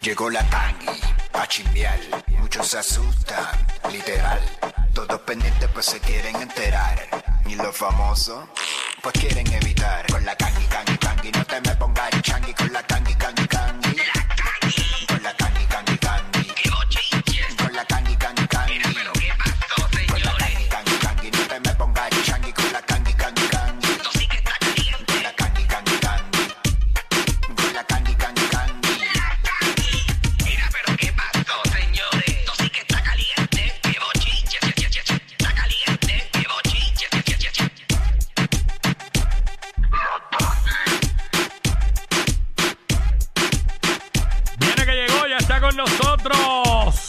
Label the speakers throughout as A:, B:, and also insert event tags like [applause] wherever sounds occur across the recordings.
A: Llegó la tangi, pa' chimbiar, muchos se asustan, literal. Todos pendientes pues se quieren enterar, y los famosos pues quieren evitar. Con la tangi, tangi, tangi, no te me pongas changi, con la tangi, tangi, tangi. Con la tangi, tangi, tangi. Con la tangi, tangi, tangi. Con la tangi, tangi, tangi, no te me pongas changi, con la tangi, tangi, tangi. Con la tangi, tangi, tangi. Con la tangi, tangi, tangi.
B: Mira, pero qué pasó, señores. Esto sí que está caliente, que bochinche, che, che, che, che. Está caliente, que bochinche, che, che, che, che.
C: Viene que llegó, ya está con nosotros.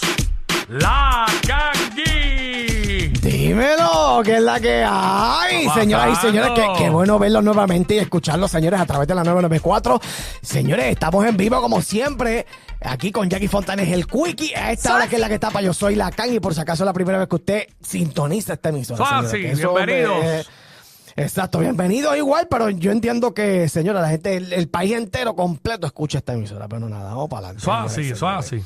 C: La Kangi.
D: Dímelo, que es la que hay,
C: Está
D: señoras y señores. Qué,
C: pasando.
D: qué bueno verlos nuevamente y escucharlos, señores, a través de la 994. Señores, estamos en vivo como siempre. Aquí con Jackie Fontanes, el Quickie. A esta hora que es la que tapa, yo soy la Can y por si acaso es la primera vez que usted sintoniza esta emisora.
C: Ah,
D: señores,
C: sí,
D: que eso me-
C: bienvenidos.
D: exacto, bienvenidos igual, pero yo entiendo que, señora, la gente, el, el país entero completo escucha esta emisora. Pero nada, vamos para adelante.
C: Suazi,
D: señores, señores.
C: suazi.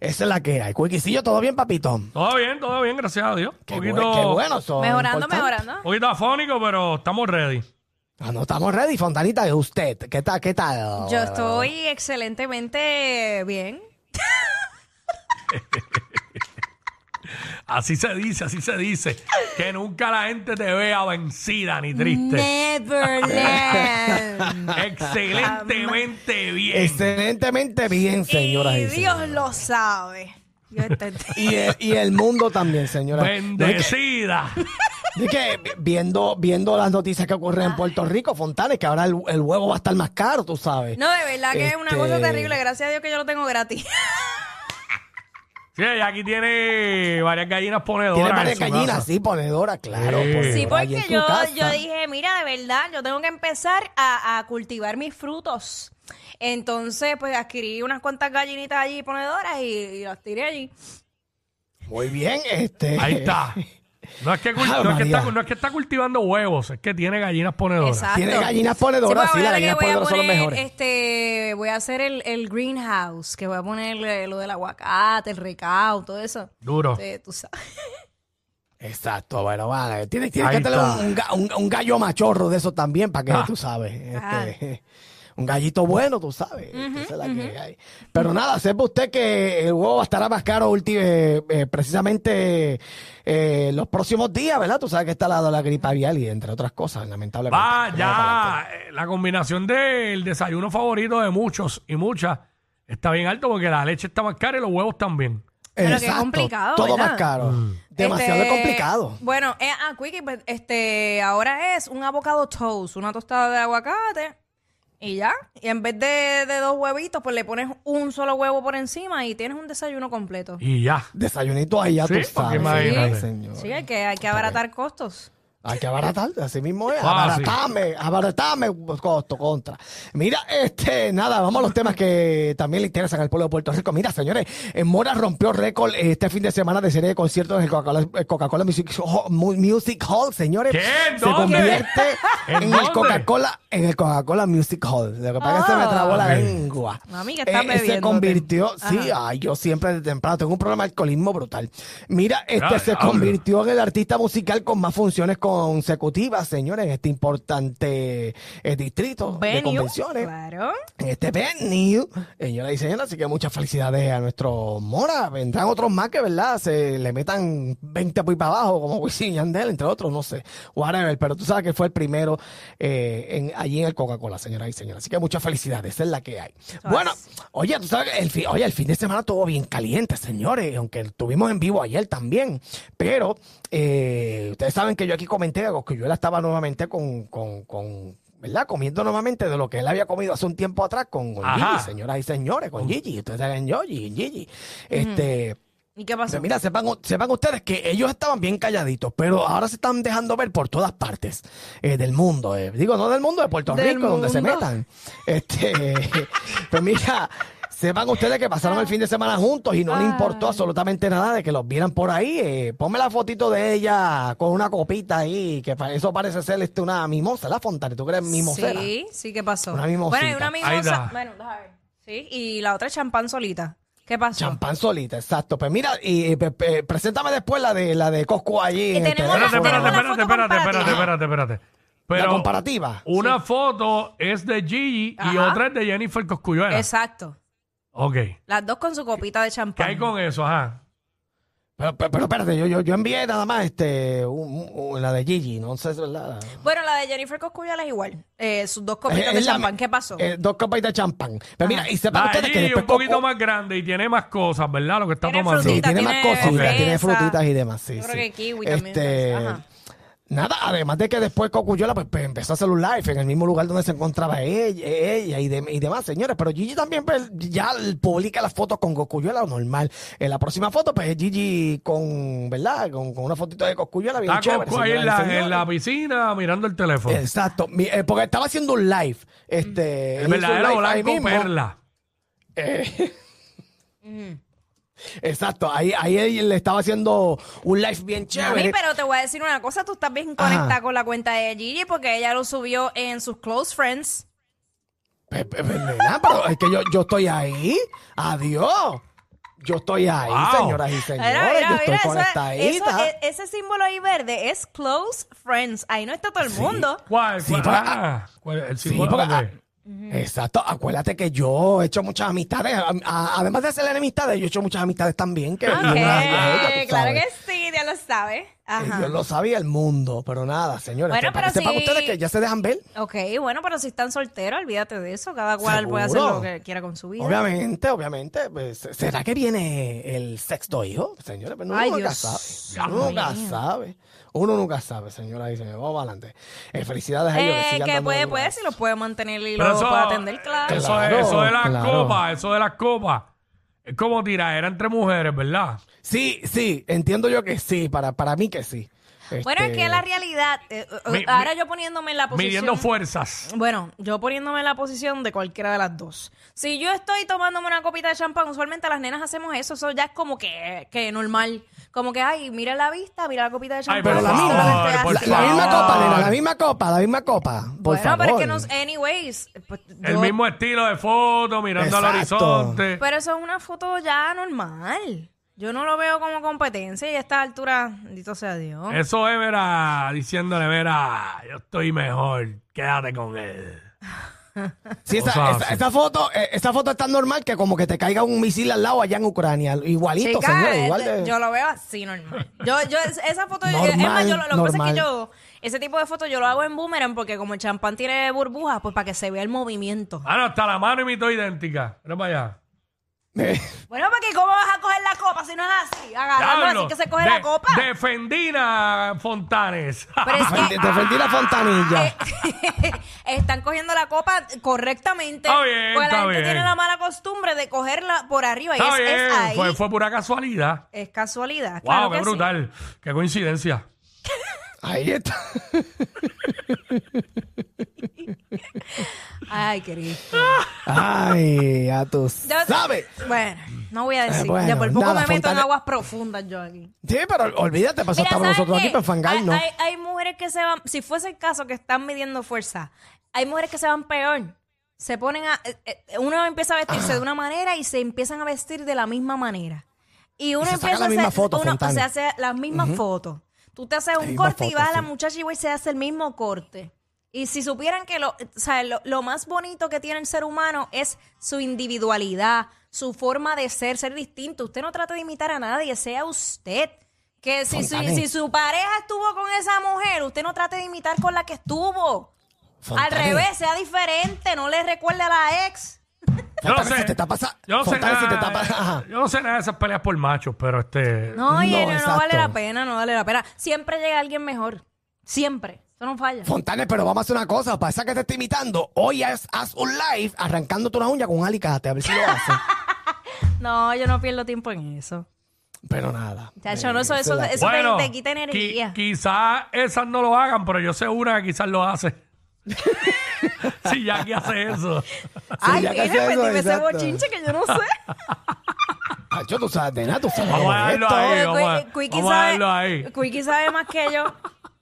D: Esa es la que hay. Quickiecillo, ¿todo bien, papito?
C: Todo bien, todo bien, gracias a Dios.
D: Qué,
C: Un poquito,
D: buen- qué bueno, son
E: Mejorando,
D: importantes.
E: mejorando.
C: poquito afónico, pero estamos ready.
D: Ah, no estamos ready, Fontanita, ¿y usted? ¿Qué tal? ¿Qué tal?
E: Yo estoy excelentemente bien.
C: Así se dice, así se dice. Que nunca la gente te vea vencida ni
D: [laughs]
C: triste.
E: Neverland.
C: Excelentemente bien.
D: Este, Excelentemente bien, [laughs] señoras
E: y
D: y señores.
E: Dios lo sabe. Yo estoy-
D: Y el, y el mundo también, señoras. No, es que- [laughs]
C: Bendecida.
D: es que viendo, viendo las noticias que ocurren
E: Ah.
D: en Puerto Rico, Fontanes, que ahora el, el huevo va a estar más caro, tú sabes.
E: No, de verdad que es una cosa
D: Este-
E: terrible. Gracias a Dios que yo lo tengo gratis. [laughs]
C: Sí, y aquí tiene varias gallinas ponedoras.
D: Tiene
C: en
D: varias
C: su
D: gallinas,
C: casa.
D: sí, ponedora, claro.
C: Sí.
D: ponedora
E: Sí,
D: allí en
E: porque
D: su
E: yo,
D: casa.
E: yo dije, mira, de verdad, yo tengo que empezar a, a cultivar mis frutos. Entonces, pues adquirí unas cuantas gallinitas allí ponedoras y, y las tiré allí.
D: Muy bien, este. [laughs]
C: Ahí está. No es, que cul-
D: Ah,
C: no es que
D: María.
C: está, no es que está cultivando huevos, es que tiene gallinas ponedoras.
E: Exacto.
D: Tiene gallinas
E: Sí,
D: ponedoras,
E: pues,
D: sí, las
E: ahora que
D: gallinas
E: voy a
D: ponedoras son los
E: poner,
D: mejores.
E: Este, voy a hacer el, el greenhouse, que voy a poner eh, lo del aguacate, el recao, todo
D: Oh.
E: eso.
C: Duro.
E: Eh, tú sabes.
D: Exacto, bueno, vale. Tienes, tienes
C: Ahí
D: que tener
C: está.
D: un, un ga- un- un gallo machorro de eso también, para que
C: Ah.
D: tú sabes. este,
E: Ah.
D: [laughs] Un gallito bueno, tú sabes. esa es la que hay. Pero nada, sepa usted que el huevo estará más caro ulti- eh, eh, precisamente eh, los próximos días, ¿verdad? Tú sabes que está la, la gripe avial y entre otras cosas, lamentablemente.
C: Vaya, eh, la combinación del desayuno favorito de muchos y muchas está bien alto porque la leche está más cara y los huevos también.
E: Pero qué
D: Exacto,
E: complicado,
D: Todo
E: ¿verdad?
D: más caro.
C: Mm.
D: Demasiado
E: Este,
D: complicado.
E: Bueno, eh, ah, Quickie, pues, este, ahora es un avocado toast, una tostada de aguacate y ya. Y en vez de, de dos huevitos, pues le pones un solo huevo por encima y tienes un desayuno completo.
C: Y ya.
D: Desayunito ahí ya
C: Sí,
D: tú
C: porque
D: sabes.
C: imagínate.
D: señor.
E: Sí, hay que, hay que abaratar costos.
D: Hay que abaratar, así mismo es.
C: Fácil.
D: Abaratame, abaratame, pues, costo, contra. Mira, este, nada, vamos a los temas que también le interesan al pueblo de Puerto Rico. Mira, señores, eh, Mora rompió récord eh, este fin de semana de serie de conciertos en el Coca-Cola eh, Coca-Cola Music, Ho- Mu- Music Hall, señores.
C: ¿Qué? ¿En
D: Se
C: dónde?
D: convierte
C: [laughs] ¿En
D: en,
C: dónde?
D: el Coca-Cola, en el Coca-Cola Music Hall. Lo que pasa es que se me
E: Oh.
D: trabó la
C: Ok.
D: lengua. Eh,
E: Mami, que estás
D: Se
E: bebiéndote.
D: convirtió, sí, ay, yo siempre de temprano tengo un problema de alcoholismo brutal. Mira, este
C: Ya,
D: se
C: diablo.
D: convirtió convirtió en el artista musical con más funciones consecutivas, señores, en este importante eh, distrito de
E: Venue,
D: convenciones.
E: Claro.
D: En este venue, señoras y señores, así que muchas felicidades a nuestro Mora. Vendrán otros más que, ¿verdad? Se le metan 20 por ahí [laughs] para abajo, como Wisin y Yandel, entre otros, no sé, whatever. Pero tú sabes que fue el primero eh, en, allí en el Coca-Cola, señoras y señores. Así que muchas felicidades, esa es la que hay. Bueno, oye, tú sabes que el, fi- oye, el fin de semana estuvo bien caliente, señores, aunque estuvimos en vivo ayer también. Pero eh, ustedes saben que yo aquí comenté que yo la estaba nuevamente con, con, con, ¿verdad? Comiendo nuevamente de lo que él había comido hace un tiempo atrás con, con
C: Ajá.
D: Gigi, señoras y señores, con Gigi. Ustedes saben yo, Gigi, Gigi. Este.
E: ¿Y qué pasó?
D: Pero mira, sepan, sepan ustedes que ellos estaban bien calladitos, pero ahora se están dejando ver por todas partes eh, del mundo. eh. Digo, no del mundo, de Puerto
E: Del
D: Rico, donde se
E: mundo.
D: metan. Este, [laughs] pues mira, sepan ustedes que pasaron el fin de semana juntos y no le importó absolutamente nada de que los vieran por ahí. eh. Ponme la fotito de ella con una copita ahí, que pa- eso parece ser este, una mimosa, la Fontana. ¿Tú crees mimosera?
E: Sí, sí, ¿qué pasó?
D: Una
E: bueno,
D: mimosita.
E: hay una
C: Ahí
E: mimosa.
C: da.
E: Bueno, déjame ver. Sí, y la otra es champán solita. ¿Qué pasó?
D: Champán solita, exacto. Pues mira, y eh, pe- pe- preséntame después la de la de Cosco allí.
E: Y
D: en el
E: tenemos
D: teléfono.
C: Espérate, espérate,
E: Una
C: espérate,
E: foto
C: espérate, espérate,
E: comparativa.
C: espérate, espérate.
D: la
C: Pero
D: comparativa.
C: una foto es de Gigi y
E: Ajá.
C: otra es de Jennifer Cosculluela.
E: Exacto.
C: Ok.
E: Las dos con su copita de
C: ¿Qué
E: champán.
C: hay con eso? Ajá.
D: Pero, pero, pero espérate, yo, yo, yo envié nada más este, un- un- la de Gigi, no sé si es verdad.
E: Bueno, la de Jennifer Cosculluela es igual. Eh, sus dos copitas
D: Es
E: de
D: la-
E: champán. ¿Qué pasó?
D: eh, dos copas de champán. Pero mira, y sepan
C: La de
D: ustedes que
C: Ah, Gigi es
D: después
C: un poquito
D: Coco-
C: más grande y tiene más cosas, ¿verdad? Lo que está
E: Tiene
C: tomando.
D: Sí,
E: frutitas,
D: tiene más
E: tiene
D: cositas,
C: fresa.
D: tiene frutitas y demás. Sí,
E: Yo creo
D: sí.
E: que kiwi también, pues,
D: Este,
E: ajá.
D: Nada, además de que después Cocuyola pues, pues, empezó a hacer un live en el mismo lugar donde se encontraba ella, ella y, de- y demás, señores. Pero Gigi también pues, ya publica las fotos con Cocuyola normal. En la próxima foto, pues es Gigi con, ¿verdad? Con, con una fotito de Cocuyola bien
C: Está
D: chévere.
C: Coscu ahí en
D: señoras y
C: la, en
D: señores.
C: la piscina mirando el teléfono.
D: Exacto, Mi- eh, porque estaba haciendo un live. Este,
C: El
D: él hizo un
C: verdadero
D: live ahí
C: blanco
D: mismo.
C: perla.
D: Eh, Exacto, ahí, ahí él le estaba haciendo un live bien
E: Mami,
D: chévere.
E: pero te voy a decir una cosa, tú estás bien conectada
D: Ajá.
E: con la cuenta de Gigi porque ella lo subió en sus close friends.
D: Pe- pe- pe- nena, pero es que yo, yo estoy ahí. Adiós. Yo estoy ahí,
C: Wow.
D: señoras y señores. yo estoy
E: eso es-
D: conectadita.
E: eso es- ese símbolo ahí verde es close friends. Ahí no está todo el mundo.
C: ¿Cuál?
D: Sí,
C: cuál?
D: pero-
C: Ah, ¿cuál? El
D: Sí,
C: símbolo
D: porque-
E: [laughs]
C: de-
D: Exacto, acuérdate que yo he hecho muchas amistades. A- a- además de hacer amistades, yo he hecho muchas amistades también. Que
E: Ok,
D: ninguna de ellas, tú
E: claro
D: sabes.
E: que sí, ya lo sabe.
D: Eh,
E: Ajá.
D: Dios lo sabía el mundo, pero nada, señores.
E: Bueno,
D: que
E: pero
D: sepan
E: sí.
D: ustedes que ya se dejan ver.
E: Ok, bueno, pero si están solteros, olvídate de eso. Cada cual puede hacer
D: Seguro.
E: lo que quiera con su vida.
D: Obviamente, obviamente. pues, ¿Será que viene el sexto hijo? Señores, pero uno
E: Ay,
D: nunca
E: Dios
D: sabe. Uno nunca sabe. Uno nunca sabe, señora y señores. Vamos para adelante. Eh, felicidades a ellos. que
E: Eh,
D: sigan
E: que
D: dando
E: puede,
D: duro.
E: puede, si los puede mantener y
C: Pero
E: los puede atender, claro.
C: Eso,
D: Claro,
C: es- eso de las
D: claro.
C: copas, eso de las copas. Es como tiradera entre mujeres, ¿verdad?
D: Sí, sí, entiendo yo que sí. Para, para mí que sí.
E: Bueno, es
D: Este,
E: que la realidad, eh, eh,
C: Mi-
E: ahora
C: mi-
E: yo poniéndome en la posición...
C: Midiendo fuerzas.
E: Bueno, yo poniéndome en la posición de cualquiera de las dos. Si yo estoy tomándome una copita de champán, usualmente las nenas hacemos eso, eso ya es como que, que normal. Como que, ay, mira la vista, mira la copita de champán.
D: Pero la misma,
C: favor,
D: la-
C: por
D: la, misma
C: favor.
D: copa, nena, la misma copa, la misma copa. Por
E: Bueno,
D: favor.
E: pero es que nos, anyways, pues,
C: El
E: yo-
C: mismo estilo de foto, mirando al
D: Exacto.
C: horizonte.
E: Pero eso es una foto ya normal. Yo no lo veo como competencia y a esta altura, dito sea Dios.
C: Eso es, verá, diciéndole, verá, yo estoy mejor, quédate con él.
D: Sí, esa,
C: Cosas
D: esa-
C: así.
D: esa foto, eh, esa foto es tan normal que como que te caiga un misil al lado allá en Ucrania. Igualito,
E: Chica,
D: señores, igual
E: este,
D: de...
E: Yo lo veo así normal. Yo, yo, es- esa foto, yo- es
D: Normal,
E: más, yo lo, lo que pasa es
D: normal.
E: que yo, ese tipo de fotos yo lo hago en boomerang porque como el champán tiene burbujas, pues para que se vea el movimiento.
C: Ah, no, hasta la mano imitó idéntica. Mira para allá.
E: Bueno, porque ¿cómo vas a coger la copa si no es así? Agarrando así
C: Diablo,
E: que se coge
C: de-
E: la copa.
C: Defendina Fontanes. [laughs]
E: Pero es
D: Defendí- defendí la fontanilla.
E: Ah, que [laughs] están cogiendo la copa correctamente.
C: Está bien,
E: porque la
C: está
E: gente
C: bien.
E: tiene la mala costumbre de cogerla por arriba y
C: Está
E: es, es
C: bien,
E: ahí.
C: fue, fue pura casualidad.
E: Es
C: Wow,
E: casualidad. claro
C: qué
E: que sí.
C: brutal, qué coincidencia.
D: Ahí está. [laughs]
E: Ay, querido.
D: Ay, a tú
E: Ya-
D: sabes.
E: Bueno, no voy a decir.
D: bueno,
E: ya por poco
D: nada,
E: me meto en
D: Fontana-
E: aguas profundas yo aquí.
D: Sí, pero olvídate, pasó estamos
E: ¿sabes
D: nosotros
E: qué?
D: aquí para
E: hay,
D: enfangarnos.
E: hay, hay mujeres que se van, si fuese el caso que están midiendo fuerza, hay mujeres que se van peor. Se ponen a. eh, eh, Uno empieza a vestirse
D: Ah.
E: de una manera y se empiezan a vestir de la misma manera. Y uno
D: se saca
E: empieza
D: la
E: a
D: misma
E: hacer-
D: foto,
E: uno se
D: Fontana.
E: hace las mismas fotos. Tú te haces un
D: misma
E: corte y
D: foto,
E: vas a la
D: sí.
E: muchacha y güey, se hace el mismo corte. Y si supieran que lo, o sea, lo, lo más bonito que tiene el ser humano es su individualidad, su forma de ser, ser distinto. Usted no trate de imitar a nadie, sea usted. Que si, si,
D: Fontane.
E: si su pareja estuvo con esa mujer, usted no trate de imitar con la que estuvo. Al
D: Fontanes.
E: revés, sea diferente, no le recuerde a la ex.
C: Yo no
D: Fontanes,
C: sé.
D: si te está pasando.
C: Yo no sé
D: Fontanes, si te
C: nada-
D: está pasando.
C: Yo no sé nada de esas peleas por machos, pero este.
E: No, oye,
D: No,
E: no, no
D: exacto.
E: vale la pena, no vale la pena. Siempre llega alguien mejor. Siempre. Eso no falla.
D: Fontanes, pero vamos a hacer una cosa. Para esa que te está imitando, hoy haz, haz un live arrancándote una uña con un alicate. A ver si lo
E: [laughs]
D: haces.
E: No, yo no pierdo tiempo en eso.
D: pero nada.
E: Chacho, no, eso,
D: esa
E: eso,
D: es la-
E: eso te-
C: Bueno,
E: te, quita energía.
C: quizás esas no lo hagan, pero yo sé una que quizás lo hace. [laughs] si Jackie hace
E: [laughs]
C: eso.
E: Ay,
D: ya que
E: mira,
D: hace
E: pues
D: eso,
E: dime ese
D: exacto.
E: bochinche que yo no sé.
D: Chacho, tú sabes de nada, tú sabes
C: Vamos a
D: de
C: dejarlo
D: esto.
C: [laughs] ahí.
E: Porque
C: vamos a- vamos
E: Qui- Quickie
C: a
E: sabe-
C: dejarlo ahí.
E: Quickie sabe más que yo.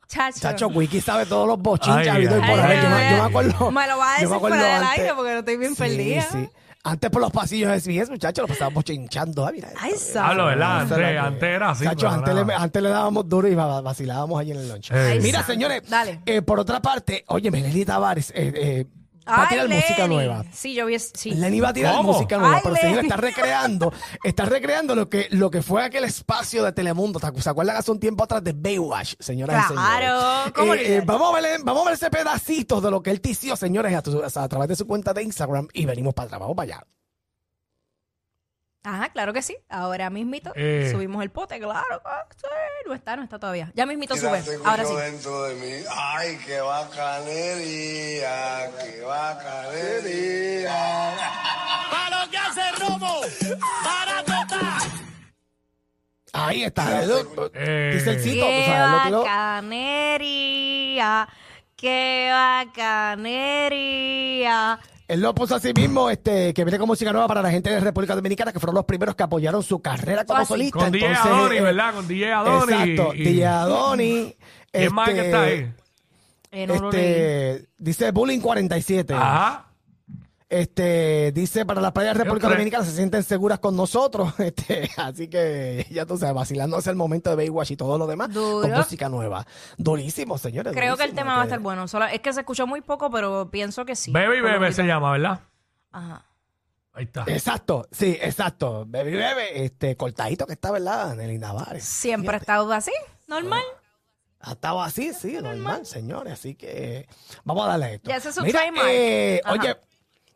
E: Chacho.
D: Chacho, Wiki sabe todos los bochinches
C: Ay,
D: habido y
C: ay,
D: por
C: ay,
D: haber. Yo, me-
C: ay.
D: yo me acuerdo.
E: [laughs] Me lo va a
D: yo me
E: decir
D: acuerdo
E: fuera del
D: antes-
E: aire porque no estoy bien
D: Sí,
E: perdida.
D: sí. Antes por los pasillos de SBS, muchachos, lo pasaba bochinchando. Ay, mira esto,
E: Ay,
D: mira.
C: Hablo,
E: sabe.
C: Ah, ¿verdad?
D: Esa es la
C: Antes,
D: que-
C: antes era así.
D: Chacho,
C: pero
D: antes,
C: nada.
D: le, antes le dábamos duro y va- vacilábamos allí en el lunch.
C: Ey.
D: Mira,
E: Santo.
D: señores,
E: Dale.
D: eh, por otra parte, oye, Melanie Tavares eh, eh, va a
E: Ay,
D: tirar
E: Lenny.
D: música nueva.
E: Sí, yo vi. es- Sí.
D: Lenny va a tirar
C: ¿Cómo?
D: música nueva,
E: Ay,
D: pero señora
E: Lenny.
D: está recreando, está recreando lo que, lo que fue aquel espacio de Telemundo. ¿Te acu- ¿Se acuerdan hace un tiempo atrás de Baywatch, señoras y señores?
E: Claro, ¿cómo
D: Eh, eh,
E: olvidar?
D: vamos, a ver, vamos a ver ese pedacito de lo que él tició, señores, a, tu- a través de su cuenta de Instagram y venimos para atrás, vamos para allá.
E: Ajá, claro que sí. Ahora mismito
C: Eh.
E: subimos el pote, claro. que sí. No está, no está todavía. Ya mismito sube. Ahora sí.
F: dentro de mí. Ay, qué bacanería, qué bacanería.
D: Ahí está.
C: Eh.
D: Dice el cito, tú
E: Qué
D: sabes, lo tiró.
E: bacanería. Qué bacanería.
D: Él lo puso así mismo, este, que viene con música nueva para la gente de República Dominicana, que fueron los primeros que apoyaron su carrera como
E: Así.
D: solista.
C: Con DJ
D: Entonces,
C: Adoni,
D: eh,
C: ¿verdad? Con DJ Adoni.
D: Exacto, este,
C: y-
D: DJ Adoni.
C: ¿Quién más es que está ahí?
E: Eh, no lo leí.
D: Este, dice Bullying 47.
C: Ajá.
D: Este, dice para las playas de República
C: Yo creo-
D: Dominicana se sienten seguras con nosotros. [laughs] Este, así que ya tú sabes, vacilándose el momento de Baywatch y todo lo demás
E: Duro.
D: con música nueva. Durísimo, señores.
E: Creo que el
D: durísimo,
E: tema va a estar bueno. Solo- es que se escuchó muy poco, pero pienso que sí.
C: Baby
E: Por lo
C: Bebe
E: que-
C: se llama, ¿verdad?
E: Ajá.
C: Ahí está.
D: Exacto, sí, exacto. Baby bebe, este cortadito que está, ¿verdad? Nelly Navares.
E: Siempre ha estado así, normal.
D: Ha estado así, sí, normal, señores. Así que eh, vamos a darle a esto.
E: Ya ese es su
D: Mira,
E: trademark.
D: eh,
E: Ajá.
D: oye,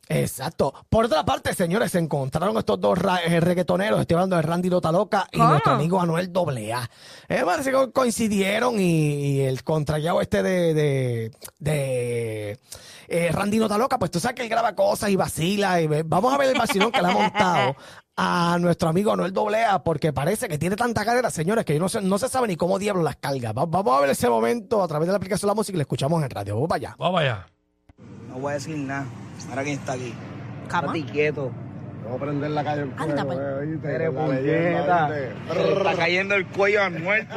D: exacto. Por otra parte, señores, se encontraron estos dos ra- eh, reggaetoneros. Estoy hablando de Randy Lota Loca y
E: ¿Cómo?
D: nuestro amigo Anuel AA. Eh, parece que coincidieron y, y el contrallado este de, de, de, eh, Randy Lota Loca, pues tú sabes que él graba cosas y vacila. Y ve- vamos a ver el vacilón que le ha montado a nuestro amigo Anuel Doblea, porque parece que tiene tanta carga, señores, que yo no, sé, no se sabe ni cómo diablos las carga. Va- vamos a ver ese momento a través de la aplicación de la música y lo escuchamos en radio. Vamos para allá.
C: Vamos allá.
G: No voy a decir nada. Ahora quién está aquí.
E: Cama.
G: Estate quieto.
F: Vamos a prender la calle en
E: Anda, pues. pa'l-
G: Eres puñeta. Se le Está cayendo el cuello a muerto.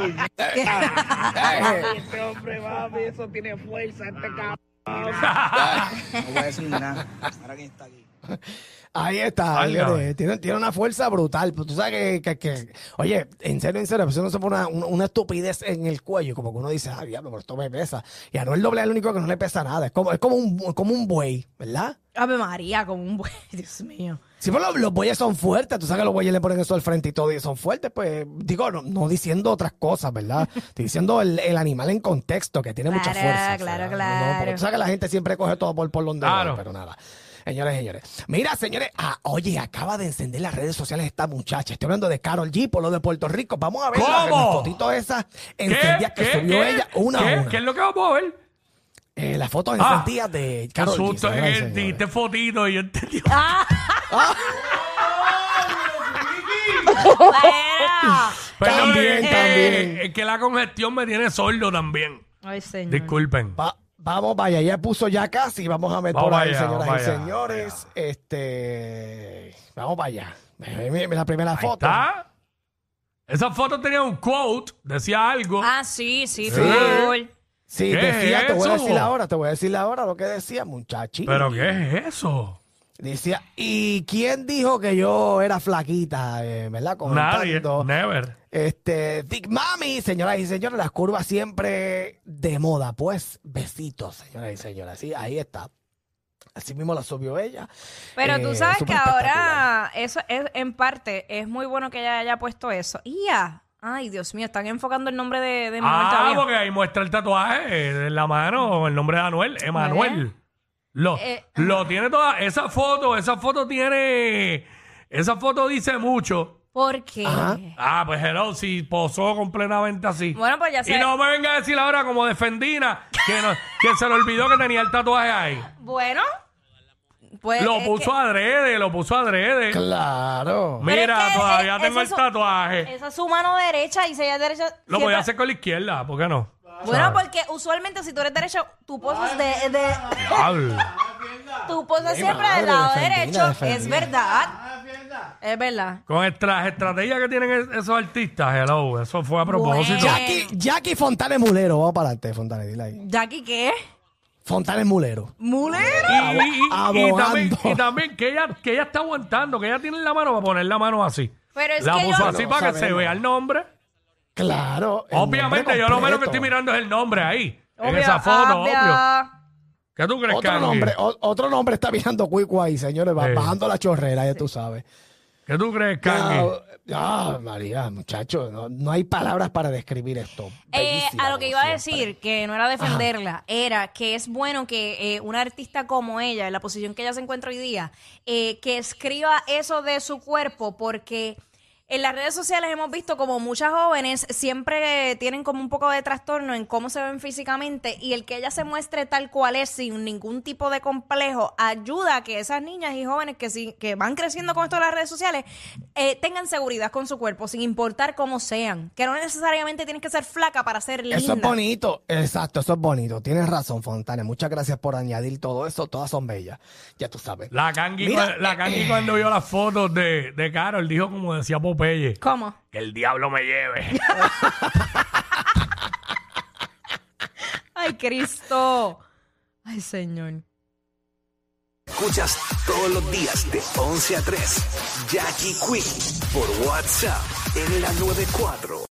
G: este hombre, mami, eso tiene fuerza. Este cabrón. No voy a decir nada. Ahora quién está aquí.
D: Ahí está.
C: Válgame.
D: señores. Tiene, tiene una fuerza brutal. Pues tú sabes que, que- que- oye, en serio, en serio, pues uno se pone una, una- una estupidez en el cuello, como que uno dice, ah, diablo, pero esto me pesa. Y a Anuel Doblea es el único que no le pesa nada. Es como, es como un, como un buey, ¿verdad?
E: Ave María, como un buen. [laughs] Dios mío.
D: Sí, pero los, los bueyes son fuertes. Tú sabes que los bueyes le ponen eso al frente y todo y son fuertes. Pues digo, no, no diciendo otras cosas,
E: [laughs]
D: ¿verdad? Estoy diciendo el, el animal en contexto, que tiene mucha
E: Claro,
D: fuerza.
E: claro,
D: No, no,
E: claro.
D: porque tú sabes que la gente siempre coge todo por, por donde va,
C: Claro.
D: pero nada. Señores, señores. Mira, señores, ah, oye, acaba de encender las redes sociales esta muchacha. Estoy hablando de Carol G, por lo de Puerto Rico. Vamos a ver la-
C: ¿Cómo?
D: las fotitos esas encendidas que subió ella una
C: ¿Qué?
D: a una.
C: ¿Qué es lo que vamos a ver?
D: Eh, las fotos
C: Ah,
D: encendidas de
C: Qué
D: Carol G.
C: susto
D: señoras y
C: es que
D: señores.
C: diste eh, fotito y yo
D: [laughs]
C: entendí.
E: Bueno.
D: También,
C: es que-
D: también.
C: eh, Es que la congestión me tiene sordo también.
E: Ay, señor.
C: Disculpen.
D: Va- vamos, vaya, ya puso ya casi. Vamos a meter
C: Vamos
D: ahí,
C: allá,
D: señoras
C: vamos
D: y
C: allá,
D: señores. Este. Vamos para allá. Ve- ve- ve La primera
C: Ahí
D: foto.
C: está. Esa foto tenía un quote, decía algo.
E: Ah, sí, sí,
C: Sí.
E: full.
D: Sí,
C: ¿Qué
D: decía,
C: es
D: te voy a
C: eso?
D: decir ahora, te voy a decir ahora lo que decía, muchachito.
C: ¿Pero qué es eso?
D: Decía, ¿y quién dijo que yo era flaquita? Eh, ¿Verdad?
C: Nadie.
D: Comentando.
C: Never.
D: Este, Big Mami, señoras y señores, las curvas siempre de moda. Pues, besitos, señoras y señores. Sí, ahí está. Así mismo la subió ella.
E: Pero
D: Eh,
E: tú sabes que
D: súper espectacular.
E: ahora, eso es, en parte, es muy bueno que ella haya puesto eso. Y ya, Ay, Dios mío, están enfocando el nombre de, de Manuel
C: Ah,
E: todavía.
C: porque ahí muestra el tatuaje eh, en la mano, el nombre de Anuel, Emanuel. Lo,
E: Eh,
C: lo tiene toda, esa foto, esa foto tiene, esa foto dice mucho.
E: ¿Por qué?
C: Ah, pues hello, si posó completamente así.
E: Bueno, pues ya
C: Y
E: sé.
C: no me venga a decir ahora como defendina que, no- que se le olvidó que tenía el tatuaje
E: [laughs]
C: ahí.
E: Bueno, pues.
C: Lo
E: es
C: puso adrede, lo puso adrede.
D: Claro.
E: Pero es
C: Mira,
E: que eh,
C: todavía
E: ese-
C: tengo el
E: ese es un-
C: tatuaje.
E: que Esa es su mano derecha y si ella es derecha.
C: Lo voy
E: eh, siempre-
C: a hacer con la izquierda, ¿por qué no?
E: Bueno, porque usualmente si tú eres derecho, tú posas de, de-
C: Diablo.
E: tú posas siempre
D: madre,
E: del lado
D: defendida,
E: derecho, es
D: defendida.
E: verdad. Ah, Es verdad.
C: Con est- las estrategias que tienen es- esos artistas, hello, eso fue a propósito.
E: Bueno.
D: Jackie, Jackie Fontanes Mulero. Vamos para adelante, Fontanes, dile ahí.
E: Jackie, ¿qué?
D: Fontanes Mulero.
E: Mulero.
C: Y, y- y-
D: Abogando.
C: y también, y también que, ella, que ella está aguantando, que ella tiene la mano para poner la mano así.
E: Pero es
C: la
E: que
C: puso
E: yo-
C: así
D: No,
C: para que se
D: sabemos.
C: vea el nombre.
D: Claro. el
C: Obviamente,
D: nombre
C: yo lo menos que
D: completo.
C: estoy mirando es el nombre ahí. en
E: Obvio,
C: esa foto, obvio.
E: obvio.
C: ¿Qué tú crees,
D: Otro
C: Kangi?
D: nombre, o- otro nombre está mirando Cuico ahí, señores, va
C: Sí.
D: bajando la chorrera, ya tú sabes.
C: ¿Qué tú crees, Kangi?
D: Ah, ah, María, muchachos, no, no hay palabras para describir esto.
E: Eh,
D: Bellísima,
E: a lo que
D: como
E: iba a
D: siempre.
E: decir, que no era defenderla, era que es bueno que eh, una artista como ella, en la posición que ella se encuentra hoy día, eh, que escriba eso de su cuerpo, porque en las redes sociales hemos visto como muchas jóvenes siempre tienen como un poco de trastorno en cómo se ven físicamente y el que ella se muestre tal cual es sin ningún tipo de complejo ayuda a que esas niñas y jóvenes que, sí- que van creciendo con esto de las redes sociales eh, tengan seguridad con su cuerpo sin importar cómo sean, que no necesariamente tienes que ser flaca para ser linda.
D: Eso es bonito, exacto, eso es bonito. Tienes razón, Fontanes. Muchas gracias por añadir todo eso. Todas son bellas, ya tú sabes.
C: La Kangi,
D: Mira, eh,
C: cua- la Kangi cuando vio las fotos de, de Carol dijo, como decía Popeye,
E: ¿Cómo?
C: que el diablo me lleve.
E: Ay, Cristo. Ay, Señor.
B: Escuchas todos los días de 11 a 3. Jackie Quick por WhatsApp en la 94.